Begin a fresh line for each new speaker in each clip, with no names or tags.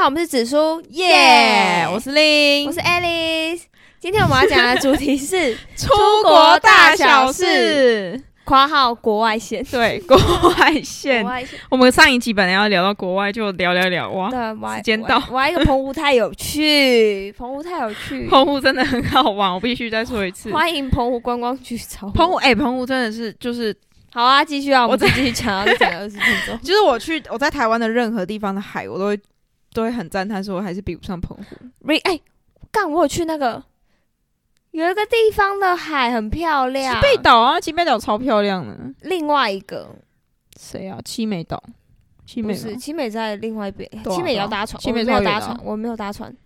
好，我们是紫苏，耶、
耶我是令，
我是 Alice。今天我们要讲的主题 是
出
国大小事
事，
（括号国外线
对，国外）。线
国。外线，
我们上一集本来要聊到国外，就聊聊聊哇，
对，玩
哦时间到
玩一个澎湖太有趣，澎湖太有趣，
澎湖真的很好玩，我必须再说一次。
欢迎澎湖观光局找我
澎湖，哎、澎湖真的是，就是
好啊，继续啊，我
我。
们再继续讲，要讲二十分钟
就是我去我在台湾的任何地方的海，我都会都会很赞叹，说还是比不上澎湖。
Re 哎、干，我有去那个有一个地方的海很漂亮，
北岛啊，青北岛超漂亮的。
另外一个
谁啊？七美岛，七
不
美岛
是，青美在另外一边，
对啊
青美也要搭船，
对啊
我没有
青美超
搭
远的啊
船，我没有搭船，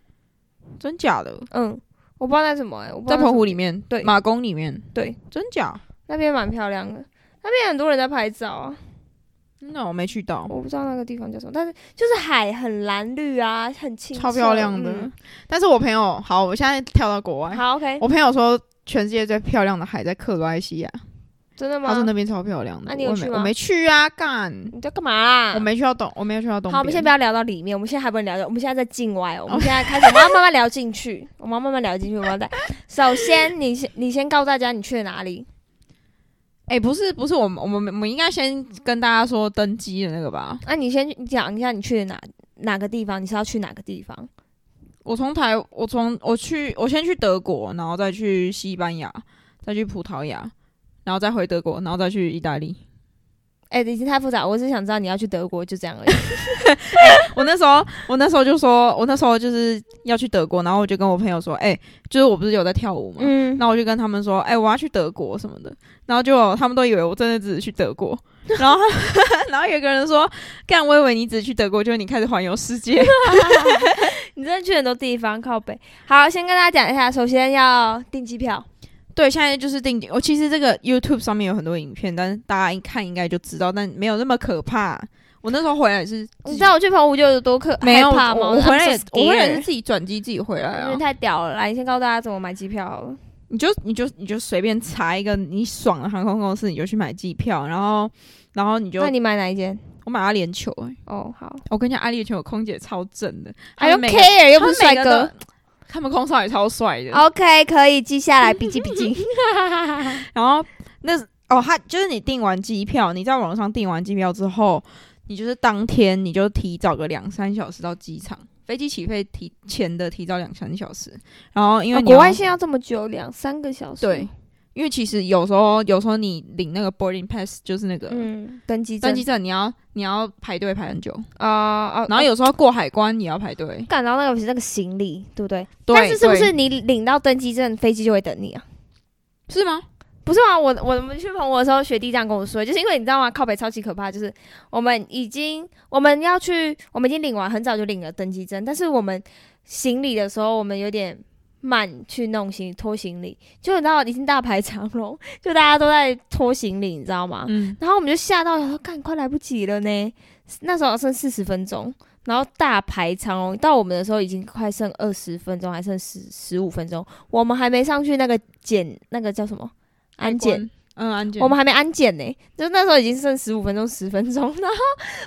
真假的？
嗯，我不知道那什么哎、我不知道
在
那什么
澎湖里面，
对
马公里面，
对，
真假？
那边蛮漂亮的，那边很多人在拍照啊，
那我没去到，
我不知道那个地方叫什么，但是就是海很蓝绿啊，很清澈，
超漂亮的。哎
嗯
但是我朋友，好，我现在跳到国外，
好，OK，
我朋友说全世界最漂亮的海在克罗埃西亚，
真的吗？
他说那边超漂亮的。
啊你有
我
去
没
吗
我没去啊，干，
你在干嘛啊、
我哦没去到东，我没有去到东边。
好，我们先不要聊到里面，我们现在还不能聊到，我们现在在境外，哦，我们现在开始，我们要慢慢聊进去，我们要慢慢聊进去，我们要带。首先，你先你先告诉大家你去了哪里，
哎、不是不是，我们我们我们应该先跟大家说登机的那个吧。
那、啊你先讲一下你去了哪哪个地方，你是要去哪个地方？
我从台，我从我去，我先去德国，然后再去西班牙，再去葡萄牙，然后再回德国，然后再去意大利。
哎、已经太复杂，我只想知道你要去德国，就这样而已。
我那时候，我那时候就说，我那时候就是要去德国，然后我就跟我朋友说，哎、就是我不是有在跳舞嘛，
嗯，
那我就跟他们说，哎、我要去德国什么的，然后就他们都以为我真的只是去德 国，然后 然后有一个人说，干，我以为你只是去德国，就是你开始环游世界，
你真的去很多地方，靠北。好，先跟大家讲一下，首先要订机票，
对，现在就是定点。我其实这个 YouTube 上面有很多影片，但是大家一看应该就知道，但没有那么可怕。我那时候回来也是自己，
你知道我去澎湖就有多可
没有
害怕吗？
我我回来
I'm
也
so
我回来也是
scared
自己转机自己回来
因为
啊。
太屌了，来，你先告诉大家怎么买机票好了。
你就你就你就随便查一个你爽的航空公司，你就去买机票，然后然后你就
那你买哪一间？
我买阿联酋、欸，
哦，好
我跟你讲，阿联酋有空姐超正的，
，I
有
don't care，又不是帅哥。，
他们空少也超帅的。
OK，可以记下来，笔记笔记。
然后那哦，他就是你订完机票，你在网上订完机票之后，你就是当天你就提早个两三小时到机场，飞机起飞提前的提早两三小时。然后 因
哦
为你
国
要、
外线要这么久，两三个小时。
对，，因为其实有时候有时候你领那个 boarding pass 就是那个
嗯，登机证
登机证，你要你要排队排很久，
啊啊，
然后有时候过海关也要排队。
赶到那个那个行李，对不对？
对
但是是不
对
是你领到登机证，飞机就会等你啊？
是吗？
不是啊吗？我我们去澎湖的时候，学弟这样跟我说，就是因为你知道吗？靠北超级可怕，就是我们已经我们要去，我们已经领完，很早就领了登机证，但是我们行李的时候，我们有点慢去弄行李拖行李，就你知道已经大排长龙，就大家都在拖行李，你知道吗？
嗯，
然后我们就吓到，想说干快来不及了呢，那时候剩四十分钟。然后大排长龙，到我们的时候已经快剩二十分钟，还剩十十五分钟，我们还没上去那个检，那个叫什么安检，
海关，嗯，安检。
我们还没安检呢、就那时候已经剩十五分钟、十分钟， 然后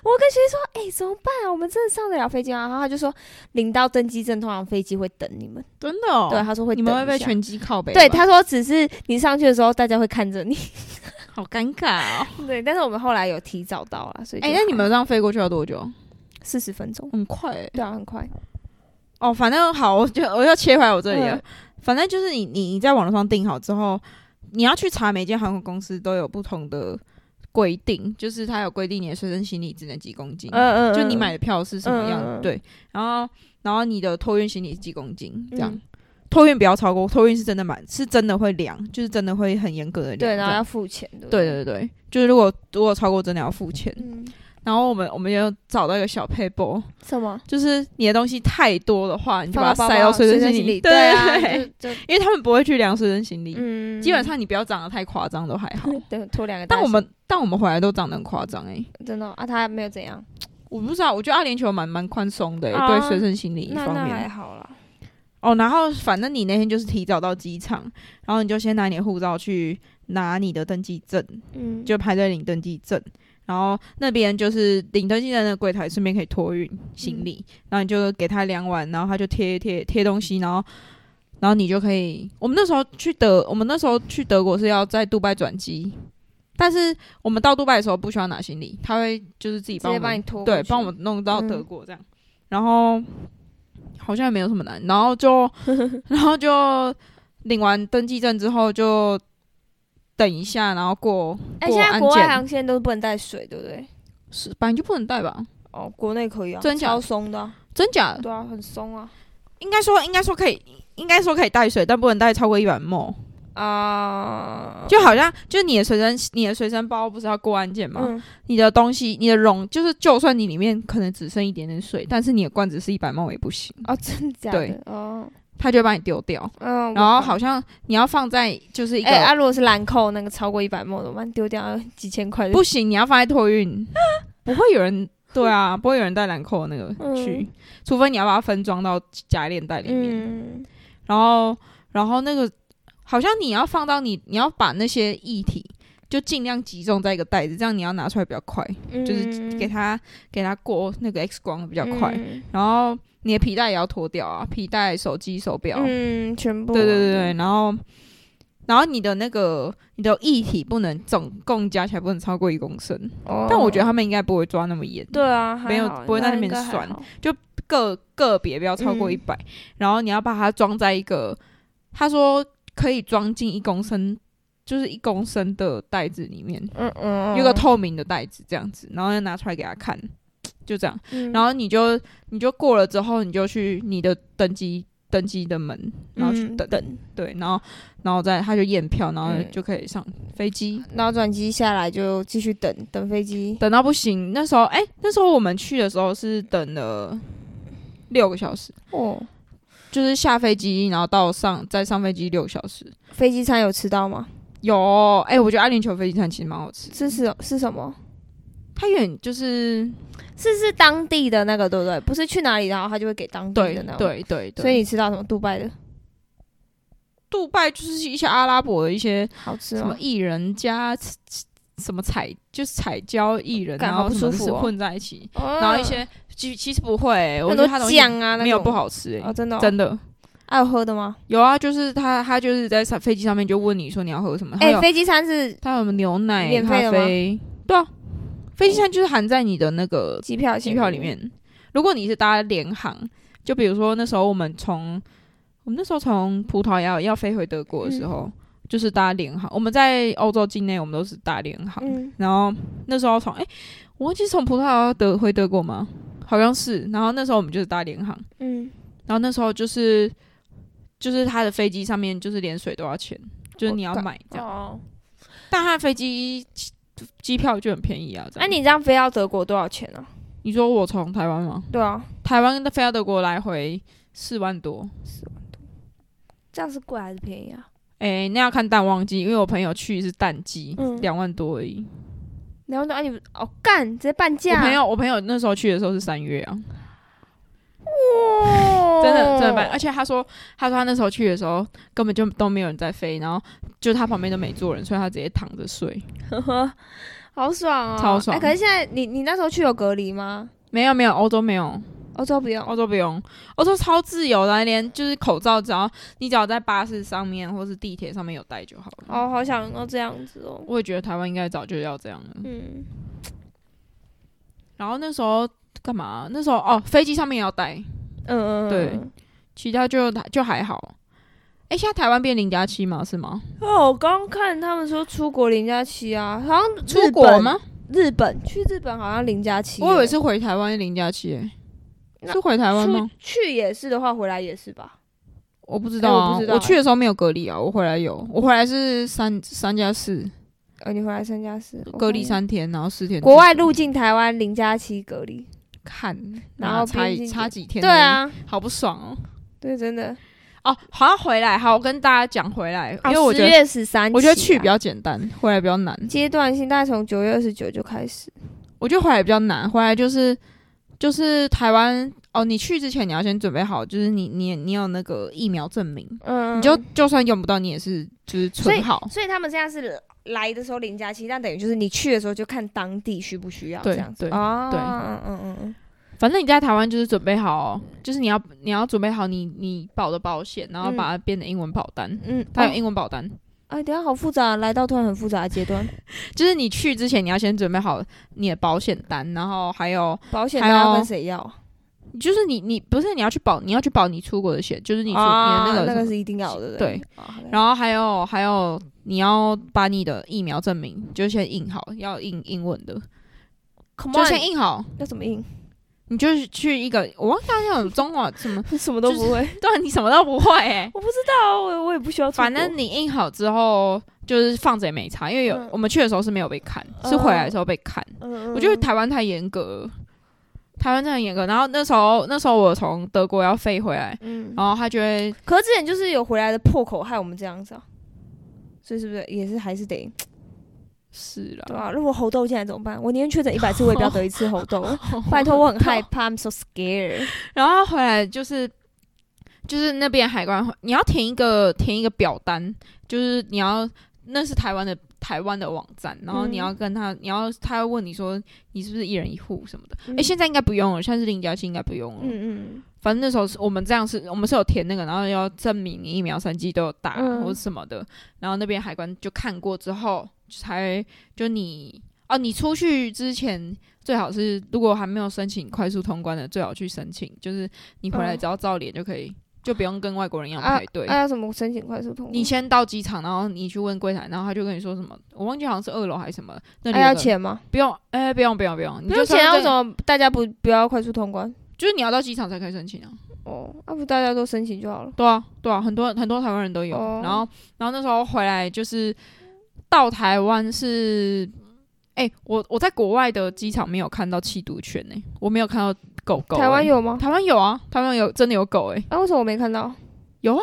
我跟学姐说：“哎、怎么办啊？我们真的上得了飞机吗？”然后他就说：“领到登机证，通常飞机会等你们。
真的哦，
对，他说会
你
等
们会
一
被
下
拳击靠背吧，
对，他说只是你上去的时候，大家会看着你。
好尴尬 哦。
对，但是我们后来有提早到了，所以
哎、那你们这样飞过去要多久？
四十分钟，
很快、欸。
对啊，很快。
哦，反正好，我就我要切回来我这里了。
嗯
反正就是你你你在网络上订好之后，你要去查每间航空公司都有不同的规定，就是它有规定你的随身行李只能几公斤，
嗯
就你买的票是什么样，
嗯嗯嗯
对，然后然后你的托运行李是几公斤这样。
嗯
托运不要超过，托运是真的蛮，是真的会量，就是真的会很严格的量。
对，然
这
后
样
要付钱，对不
对
对？
对对，就是如果如果超过，真的要付钱。
嗯，
然后我们我们就找到一个小 paper，
什么？
就是你的东西太多的话，你就把它
放到
塞
包
到
包
随
身
身行李。
对啊，
对
就就
因为他们不会去量随身行李，
嗯，
基本上你不要长得太夸张都还好。
对拖两个大行
但
李。
我们但我们回来都长得很夸张哎，
真的哦啊，他没有怎样，
我不知道，我觉得阿联酋蛮蛮宽松的、欸
啊
对随身行李一
那
方
那还
面。
好啦。
哦，然后反正你那天就是提早到机场，然后你就先拿你的护照去拿你的登机证，
嗯，
就排队领登机证。然后那边就是领登记的那个柜台，顺便可以托运行李，
嗯
然后你就给他两碗，然后他就贴贴贴东西，然后然后你就可以。我们那时候去德，我们那时候去德国是要在杜拜转机，但是我们到杜拜的时候不需要拿行李，他会就是自己
直
帮
接
我
帮
们
你拖过
对，
去
帮我们弄到
嗯
德国这样，然后好像也没有什么难，然后就 然后就领完登记证之后就等一下，然后过
哎、
过
现在
安
国外
检，
航线都不能带水，对不对？
是本来就不能带吧？
哦，国内可以啊，
真假呃
超松的啊、
真假的？
对啊，很松啊。
应该说应该说可以，应该说可以带水，但不能带超过一百 ml。
哦啊、
就好像就是你的随身你的随身包不是要过安检吗？
嗯，
你的东西你的容就是就算你里面可能只剩一点点
嗯
水，但是你的罐子是一百 ml 也不行，
哦，真的假的？
对
哦，
他就会把你丢掉。
嗯，
然后
我懂。
好像你要放在就是一个、
哎、啊，如果是兰蔻那个超过一百墨怎么办？丢掉要几千块的。
不行，你要放在 托运，不会有人对啊，不会有人带兰蔻的那个去，
嗯
除非你要把它分装到夹链袋里面。
嗯，
然后，然后那个好像你要放到你，你要把那些液体就尽量集中在一个袋子，这样你要拿出来比较快，
嗯
就是给
他
它给它过那个 X 光比较快。
嗯
然后你的皮带也要脱掉啊，皮带、手机、手表，
嗯，全部啊。
对对对对，然后然后你的那个你的液体不能总共加起来不能超过一公升，
哦
但我觉得他们应该不会抓那么严，
对啊，还
没有
好
不会在那
应
边
该还
酸
好
个个别不要超过
嗯
一百、然后你要把它装在一个，他说可以装进一公升，就是一公升的袋子里面，
嗯嗯，
有个透明的袋子这样子，然后要拿出来给他看，就这样，
嗯，
然后你就你就过了之后，你就去你的登机登机的门，然后去
嗯
等。
等，
对，然后然后再他就验票，然后
嗯
就可以上飞机。
然后转机下来就继续等等飞机。
等到不行，那时候哎、那时候我们去的时候是等了六个小时，
哦，
就是下飞机，然后到上再上飞机六个小时。
飞机餐有吃到吗？
有哎、我觉得阿联酋飞机餐其实蛮好吃，
是是是什么？
它有点就是
是是当地的那个对不对？不是去哪里然后他就会给当地
对
的那种。
对对对，
所以你吃到什么？杜拜的
杜拜就是一些阿拉伯的一些
好吃
什么
吗？
艺人加什么彩就是彩椒艺人，
感
然
好
后
不
什么
舒服
是
哦
混在一起，
哦
然后一些其其实不会、我
很
觉
多
得它的东西
酱啊，那
没有
种
不好吃、欸，
哦，真的哦
真的
还有喝的吗？
有啊，就是他他就是在上飞机上面就问你说你要喝什么，还
哎、
有
飞机餐是
他有牛奶、
免费
咖
的吗
啡，对啊，飞机餐就是含在你的那个
机票
机
钱
票里。面。如果你是搭联航，就比如说那时候我们从我们那时候从葡萄牙要飞回德国的时
嗯
候，就是搭联航。我们在欧洲境内我们都是搭联航，
嗯，
然后那时候从哎、我忘记是从葡萄牙德回德国吗？好像是。然后那时候我们就是搭联航。
嗯，
然后那时候就是就是他的飞机上面就是连水都要钱，就是你要
干
买这样。
哦，
但他的飞机机机票就很便宜啊。这
那、
样
你这样飞到德国多少钱啊？
你说我从台湾吗？
对啊，
台湾飞到德国来回四万多。
这样是贵还是便宜啊？
诶，那要看淡旺季，因为我朋友去是淡季
嗯，
两、万多而已。
然后呢，啊你哦干，直接半
我
价。
朋友，我朋友那时候去的时候是三月啊，
哦，
真的真的办。而且他说，他说他那时候去的时候根本就都没有人在飞，然后就他旁边都没坐人，所以他直接躺着睡。
好爽哦，
超爽
哎、可是现在你你那时候去有隔离吗？
没有没有，欧洲没有，
欧洲不用。
欧洲不用，欧洲超自由的，啊连就是口罩，只要你只要在巴士上面或是地铁上面有戴就好了。
哦，好想要这样子哦。
我也觉得台湾应该早就要这样了。
嗯，
然后那时候干嘛？那时候哦，飞机上面也要戴，
嗯，
对其他就就还好。哎、现在台湾变零加七吗？是吗？
哦，我刚刚看他们说出国零加七啊，好像日
出
本
国？吗？
日本去日本好像零加七，
我以为是回台湾零加七，哎，
那
是回台湾
出
吗？
去也是的话，回来也是吧？
我不知道、啊
哎我不知道
我去的时候没有隔离啊，我回来有，我回来是三三加四，
呃，你回来三加四
隔离。三天，然后四天。
国外入境台湾零加七隔离，
看，
然后
差
边境
差几天？
对，啊，
好不爽哦。
对，真的。
哦，好像回来，好，我跟大家讲回来，因为我觉
啊十
得
月十三，啊
我觉得去比较简单，回来比较难。
阶段性，大概从九月二十九就开始。
我觉得回来比较难，回来就是就是台湾哦，你去之前你要先准备好，就是你你你有那个疫苗证明，
嗯，
你就就算用不到，你也是就是
所以
存好。
所以他们现在是来的时候零加七，但等于就是你去的时候就看当地需不需要这
对
样子
对
哦，
对
嗯嗯嗯嗯，
反正你在台湾就是准备好，就是你要你要准备好你你保的保险，然后把它变成英文保单。
嗯，
它有
哦
英文保单，
哎，等一下好复杂，来到突然很复杂的阶 段，
就是你去之前你要先准备好你的保险单，然后还有
保险
还
单要
有
跟谁要？
就是你你不是你要去保你要去保你出国的险，就是你出、
啊
你的那个
那
什么
个是一定要的，
对
哦好的
然后还有还有，你要把你的疫苗证明就先印好，要印英文的，
，Come
就先
on，
印好。
要怎么印？
你就是去一个，我忘记那种中华什么，
什么都
就
不会，
对啊，你什么都不会哎、
我不知道，我我也不需要出国，
反正你印好之后，就是放着也没差，因为有、
嗯
我们去的时候是没有被看，是回来的时候被看。
嗯，
我觉得
嗯
台湾太严格了，台湾真的很严格。然后那时候那时候我从德国要飞回来，
嗯，
然后他就会
可是之前就是有回来的破口害我们这样子啊，所以是不是也是还是得
是
对
了，
啊？如果猴痘进来怎么办？我宁愿 确诊一百次，我也不要得一次猴痘。拜托，我很害怕，I'm so scared。
然后回来就是就是那边海关，你要填一个填一个表单，就是你要那是台湾的台湾的网站，然后
嗯
你要跟他，你要他会问你说你是不是一人一户什么的。哎、
嗯
现在应该不用了，现在是零加七应该不用了。
嗯
反正那时候是我们这样是，我们是有填那个，然后要证明你疫苗三剂都有打、
嗯
或者什么的，然后那边海关就看过之后才就你哦，你出去之前最好是如果还没有申请快速通关的，最好去申请，就是你回来
嗯
只要照脸就可以，就不用跟外国人一
嗯，
样
啊
排队。
啊，要什么申请快速通过？
你先到机场，然后你去问柜台，然后他就跟你说什么，我忘记好像是二楼还是什么，那里
哎
有
要
个
钱吗？
不用，哎、不用不用不用，你
不
就
用钱啊，
要
为什么大家不不要快速通关？
就是你要到机场才可以申请啊。
哦，那不大家都申请就好了。
对啊，对啊，很多很多台湾人都有。
哦
然后，然后那时候回来就是到台湾是，哎、我我在国外的机场没有看到缉毒犬呢、我没有看到狗狗、
台湾
欸，
有吗？
台湾有啊，台湾有真的有狗哎、
啊，为什么我没看到？
有啊，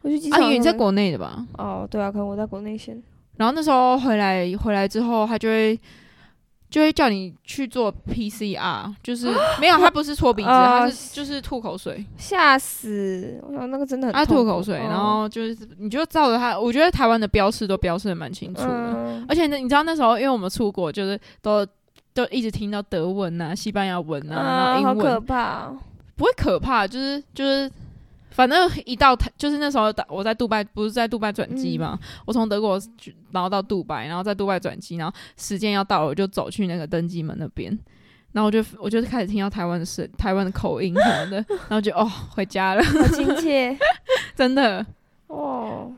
我去机场
啊，
的时候没。
你在国内的吧？
哦，对啊，可能我在国内先。
然后那时候回来回来之后，他就会。就会叫你去做 PCR，就是 没有，他不是搓鼻子，
啊
他是就是吐口水，
吓死！我想那个真的很
他
痛
啊吐
苦
口水，然
哦
后就是你就照着他，我觉得台湾的标示都标示的蛮清楚的，
嗯，
而且呢，你知道那时候，因为我们出国就是都都一直听到德文啊、西班牙文啊、
啊，
然后
好
英
可
文，
怕哦！
不会可怕，就是就是，反正一到台，就是那时候我在杜拜，不是在杜拜转机嘛，
嗯
我从德国去然后到杜拜，然后在杜拜转机，然后时间要到了，我就走去那个登机门那边。然后我就我就开始听到台湾的声，台湾的口音什么的，然后就哦回家了，
好亲切
真的，
哦。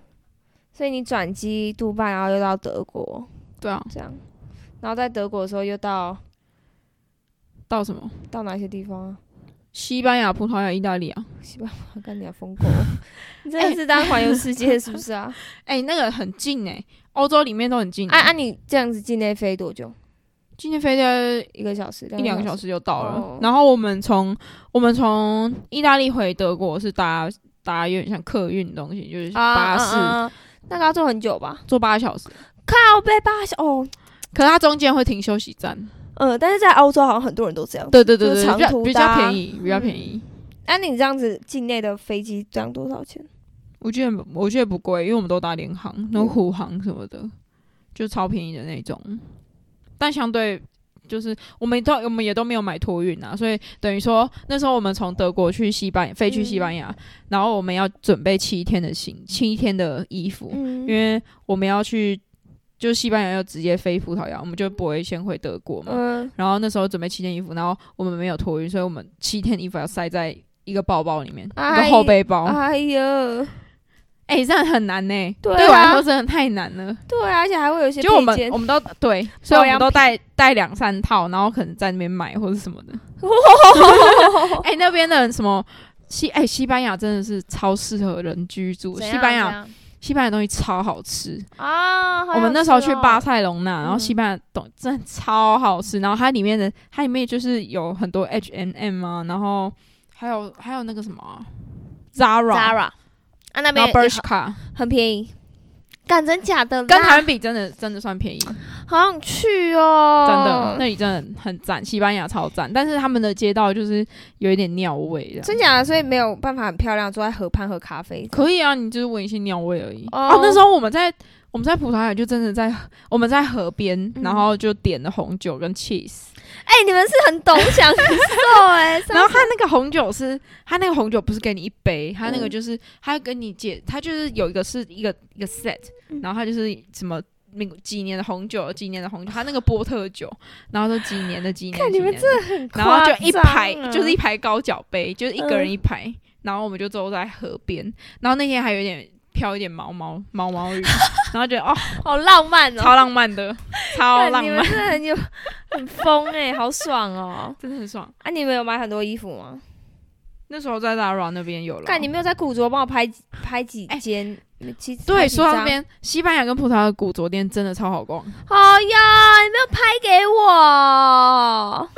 所以你转机杜拜，然后又到德国，
对啊，
这样，然后在德国的时候又到
到什么
到哪些地方啊？
西班牙、葡萄牙、意大利啊，
西班牙，干你啊 疯狗！你真的是当环游世界是不是啊？
哎、那个很近哎、欧洲里面都很近、
啊啊！你这样子境内飞多久？
今天飞的
一个小时，
一两个小
时。
时就到了。
哦
然后我们从我们从意大利回德国是搭搭有点像客运的东西，就是
啊
巴士、
啊啊啊那个要坐很久吧？
坐八小时，
靠背八小哦，
可是它中间会停休息站。
呃，但是在欧洲好像很多人都这样。
对对对
就是
对，
长
比较
途
比较
搭
便宜，比较便宜。
那、你这样子境内的飞机这样多少钱？
我觉得我觉得不贵，因为我们都搭联航、那
嗯
种虎航什么的，就超便宜的那种。但相对就是我们都我们也都没有买托运啊，所以等于说那时候我们从德国去西班牙，飞去西班牙，
嗯
然后我们要准备七天的行七天的衣服，
嗯
因为我们要去就西班牙要直接飞葡萄牙，我们就不会先回德国嘛。
嗯，
然后那时候准备七件衣服，然后我们没有托运，所以我们七天衣服要塞在一个包包里面，一
哎
个后背包。
哎呀，
哎、这样很难呢、
对啊
我来说真的太难了。
对啊，而且还会有一些
就我
配
们
件啊
我，们都对，所以我
保养
们都带带两三套，然后可能在那边买或者什么的。
哦
哎、那边的什么西哎、西班牙真的是超适合人居住，
怎
西
样
班
怎
牙
样
西班牙东西超好吃。
啊，好
我们
想
那时候
吃
去
哦
巴塞隆纳，然后
嗯
西班牙东真的超好吃，然后它里面的它里面就是有很多 H M M 啊，然后还有还有那个什么啊 Zara，,
Zara 啊，那
然
边
后
也
Bershka，
很便宜，干真假的啦，
跟台湾比真的真的算便宜，真
好想去哦，
的那里真的很赞，西班牙超赞，但是他们的街道就是有一点尿味的。
真假的，所以没有办法很漂亮，坐在河畔喝咖啡。
可以啊，你就是闻一些尿味而已。
哦
哦，那时候我们在我们在葡萄牙就真的在我们在河边，
嗯
然后就点了红酒跟 cheese，、
哎、你们是很懂享 受哎、
然后他那个红酒是，他那个红酒不是给你一杯，他那个
嗯
就是他跟你解，他就是有一个是一个一个 set，然
嗯
后他就是什么。那个几年的红酒，几年的红酒，他那个波特酒，然后都几年的几年的，
看
几
你们
年的
很
然后就一
夸张
排，
啊
就是一排高脚杯，就是一个人
嗯
一排，然后我们就坐在河边，然后那天还有点飘一点毛毛毛 毛雨，然后觉得哦，
好浪漫哦、
超浪 漫的，超
看
浪
你们
漫，
真的很 有很疯哎、好爽哦、
真的很爽。
啊，你们有买很多衣服吗？
那时候在 Zara 那边有了，
看你没有在古着帮我拍拍几
哎
间，其实
对，
拍几
说到这
张
边，西班牙跟葡萄牙的古着店真的超好逛，
哎呀，你没有拍给我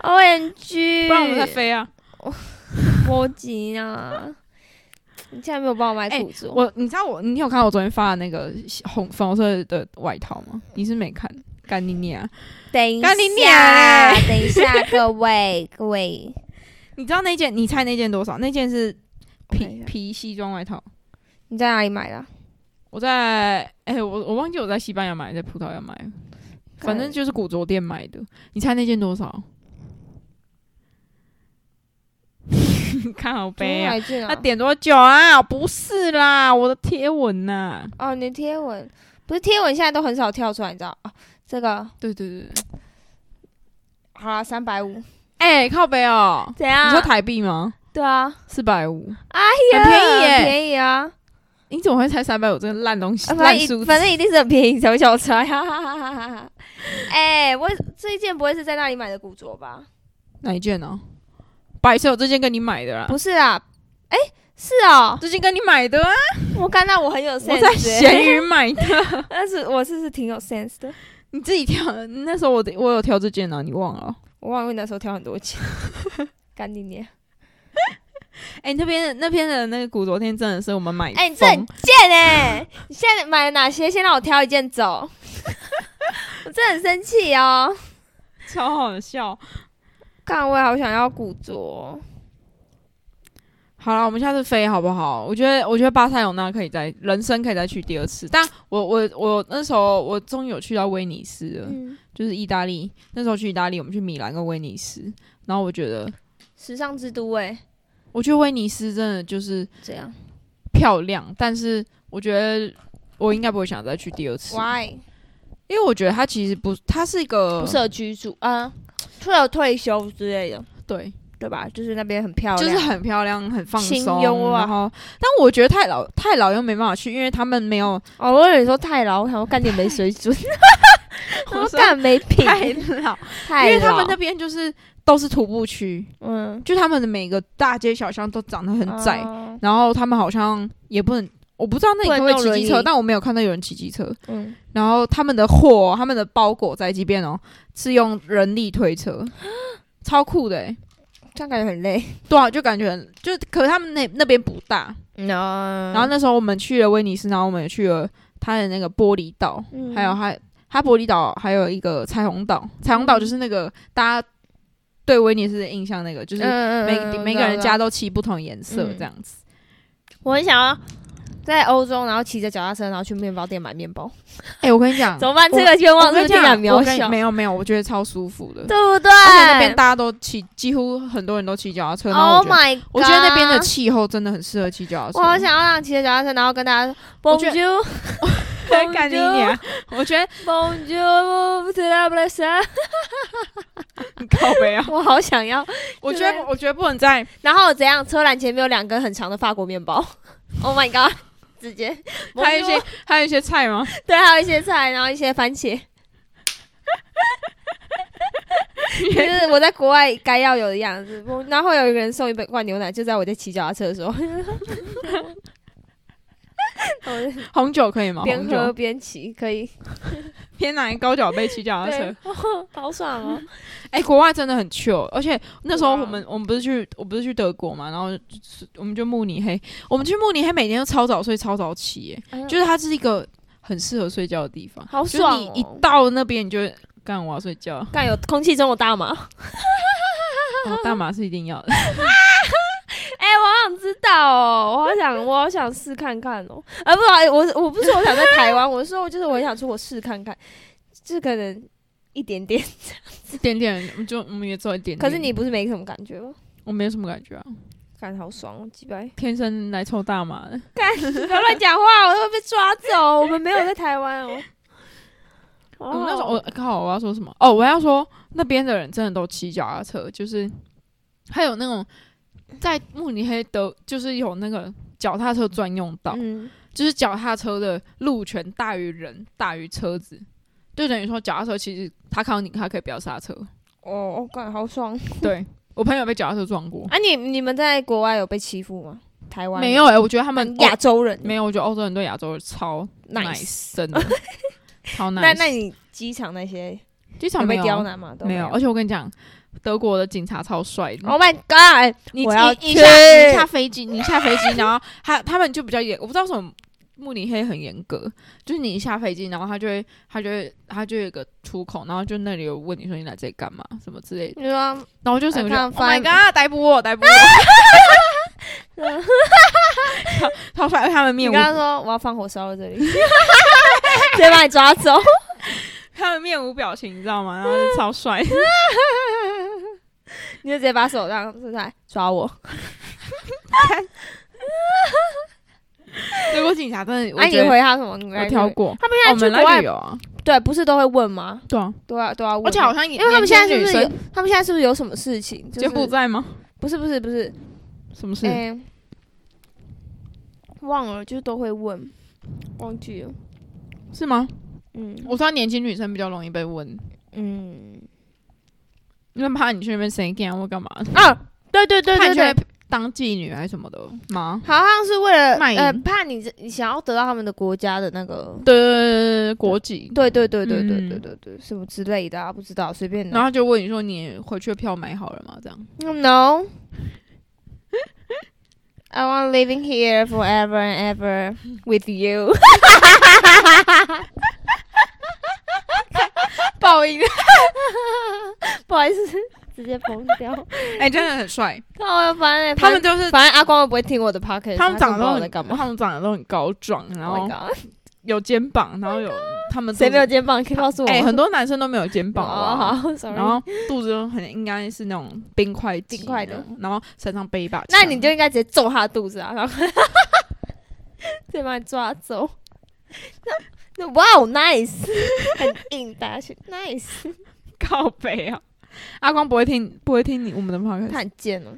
，O M G，
不然我们在飞啊！
波及啊！你竟然没有帮我买
哎
古着、
我你知道我你有看到我昨天发的那个红粉红色的外套吗？你是没看？干你啊娘！
等一下
干你娘嘞，
等一下，各位各位，
你知道那件？你猜那件多少？那件是
我看一
皮
下
皮西装外套。
你在哪里买的啊？
我在哎、我我忘记我在西班牙买，在葡萄牙买，反正就是古着店买的。你猜那件多少？ 看好
昨天
悲啊！
哪一件
他
啊？
点多久啊？不是啦，我的贴文呐、
哦，你的贴文不是贴文，现在都很少跳出来，你知道啊？这个
对对对，
好啦，三百五，
哎、靠北哦、
怎样
你说台币吗？
对啊，
四百五，
很
很哎便宜呃耶
很便宜啊！
你怎么会猜三百五？这个烂东西，
啊
烂
反正
书
一反正一定是很便宜才会叫我穿，哈哈哈哈哈哈！哎、我这一件不会是在那里买的古着吧？
哪一件呢、哦白色，我这件跟你买的啦，
不是啊，哎、是哦，
这件跟你买的啊，
我看到我很有 sense，
我在
欸
闲鱼买的，
但是我是是挺有 sense 的。
你自己挑的。那时候我我有挑这件呢、啊，你忘了？
我忘了那时候挑很多钱，干你娘！
哎、那边的那边的那个古着店真的是我们买疯，
哎、你这很贱哎、你现在买了哪些？先让我挑一件走。 我真的很生气哦，
超好笑。
看我也好想要古着哦。
好了，我们下次飞好不好？我觉得，我觉得巴塞隆那可以再人生可以再去第二次。但我我我那时候我终于有去到威尼斯了，
嗯，
就是意大利。那时候去意大利，我们去米兰跟威尼斯。然后我觉得，
时尚之都哎、
我觉得威尼斯真的就是
这样
漂亮，但是我觉得我应该不会想再去第二次，
why
因为我觉得它其实不，它是一个
不适合居住啊？退有退休之类的，
对，
对吧？就是那边很漂亮，
就是很漂亮，很放
清
松。
幽啊
然后，但我觉得太老太老又没办法去，因为他们没有
哦，我有你说太老，我想说干点没水 准，我
我
说
说
干没品，
太老。
太
因为他们
老
那边就是都是徒步区，
嗯
就他们的每个大街小巷都长得很窄，
哦
然后他们好像也不能，我不知道那里
不能
可不可以
用
骑
轮
机车，
椅
但我没有看到有人骑机车。
嗯，
然后他们的货、他们的包裹在这边哦，是用人力推车，超酷的、欸。
这样感觉很累。
对啊，就感觉很就，可是他们那那边不大。
嗯然
然后那时候我们去了威尼斯，然后我们也去了它的那个玻璃岛，
嗯
还有它它玻璃岛还有一个彩虹岛，彩虹岛就是那个大家对威尼斯的印象那个，就是每每个
嗯嗯
人，
嗯嗯嗯我知道我知道
家都漆不同颜色
嗯
这样子。
我很想要在欧洲，然后骑着脚踏车，然后去面包店买面包，
哎、我跟你讲，
怎么办？这个愿
我
望
跟
是
你
不是
讲，
很
我
渺
跟你
小？
没有没有，我觉得超舒服的。
对不对？
而且那边大家都骑，几乎很多人都骑脚踏车。然后我
Oh
觉得
my god！
我觉得那边的气候真的很适合骑脚踏车。
我 好想要让骑着脚踏车，然后跟大家说 Bonjour
干你娘！我觉得
Bonjour to la b l e s s！
你靠背 啊
我好想要。
我 觉得我觉得不能再
然后怎样？车篮前面有两根很长的法国面包。Oh my god！直接
还有一些还有一些菜吗？
对，还有一些菜，然后一些番 茄。就是我在国外该要有的样子，我然后有一个人送一罐牛奶，就在我在骑脚踏车的时 候， 我就
红酒可以吗？
边
红
喝
酒
边骑，可以，
偏南高脚杯骑脚踏车
对。， 好爽哦！
哎、国外真的很 chill，而且那时候
对啊
我们、我们不是去我不是去德国嘛，然后就是我们就慕尼黑，我们去慕尼黑每天都超早睡超早起、哎、
哎呦
就是它是一个很适合睡觉的地方，
好
就是
爽
你一
哦
到那边你就会干我要睡觉，
干有空气中有大麻，
哦、大麻是一定要的。
哎、我好想知道哦，我好想，我好好想试看看哦！啊，不好意思，我我不是我想在台湾，我是说就是我想出国试看看，就是可能一点点。
一点点，我就我们也做一点点。
可是你不是没什么感觉吗？
我没有什么感觉啊，
感觉好爽哦，几 百！
天生来抽大麻的。
不要乱讲话，我都会被抓走。我们没有在台湾 哦。
我
我
们那时候我靠，我要说什么？哦，我要说那边的人真的都骑脚踏车，就是还有那种在慕尼黑的，就是有那个脚踏车专用道，
嗯，
就是脚踏车的路权大于人大于车子，就等于说脚踏车其实他靠你，他可以不要刹车。
哦，我感觉好爽。
对我朋友被脚踏车撞过，
啊，你你们在国外有被欺负吗？台湾嗯
没有哎、我觉得他们
亚洲人
没有，我觉得欧洲人对亚洲人超
nice。
nice，真 的超 nice。
那那你机场那些
机场
有
没
被
有啊
刁难吗？都
没有，而且我跟你讲，德国的警察超帅的。
Oh my god！
你
我要
你
去
下你下飞机，你下飞机，然后他他们就比较严，我不知道为什么慕尼黑很严格，就是你一下飞机，然后他就会他就会他就有一个出口，然后就那里有问你说你来这里干嘛什么之类的，
你说
然后我就整个就
I can't
Oh my
呃 find-
god，逮捕我，逮捕我， 超超帅，而且他们
你
面无
刚刚说我要放火烧了这里， 直接把你抓走。
他们面无表情，你知道吗？然后就超帅，
你就直接把手让出来 抓 我。
德国警察真的，我
哎、
觉
你
得
回他什么？你
我
来
挑过，
他们
哦我
现在
们
去国
来
外
旅游啊，
对，不是都会问吗？
对啊，
都要都要问。
而且好像因
因为他们现在是不是有？他们现在是不是有什么事情？就是
柬埔寨吗？
不是不是不是，
什么事？
哎、忘了，就是都会问，忘记了。
是吗？
嗯
我知道年轻女生比较容易被问，
嗯
因为怕你去那边谁干或干嘛，
啊，对对对
怕
对
你去那
对，
边当妓女还是什么的吗？
好像是为了
卖淫
呃，怕你这你想要得到他们的国家的那个。
对对对对对，国籍。
对对对对对
嗯
对对对，什么之类的啊，不知道，随便
然
的。
后就问你说你回去的票买好了吗？这样
No, I want living here forever and ever with you 。
报应。
不好意思，直接崩掉。
哎，真的很帅，
好烦哎，
他们就是
反正阿光又不会听我的 p o c k e t
他们长得
到
都
我在
很
干嘛？
他们长得都很高壮，然
Oh
后
my god，Oh
有肩膀，然后有他们
谁没有
肚
肩膀？可以告诉
子？
我。
哎，很多男生都没有肩膀
哦，
啊。
好，sorry。
然后肚子都很应该是那种冰块肌
冰块的
那种，然后身上背一把枪。
那你就应该直接揍他的肚子啊，然后 再把你抓走。那那哇哦，nice，很 硬打去，nice，
靠北啊！阿光不会听，不会听你我们的 p o d
他很贱哦。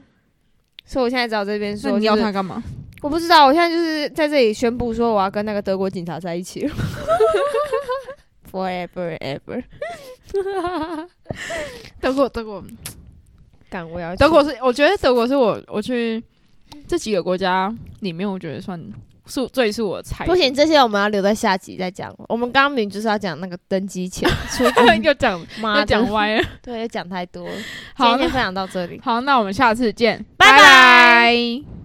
所以我现在只好这边
那
说，
你要
就是
他干 嘛？
我不知道，我现在就是在这里宣布说我要跟那个德国警察在一起了 ，forever ever。
德国，德国，
干我要去
德国是，我觉得德国是我我去这几个国家里面，我觉得算是最是我的菜。
不行，，这些我们要留在下集再讲。我们刚刚明明就是要讲那个登机前出国，
又讲
妈
又
的
讲歪了。
对，又讲太多了。今
好
天，先分享到这里。
好，那我们下次见，
拜拜
拜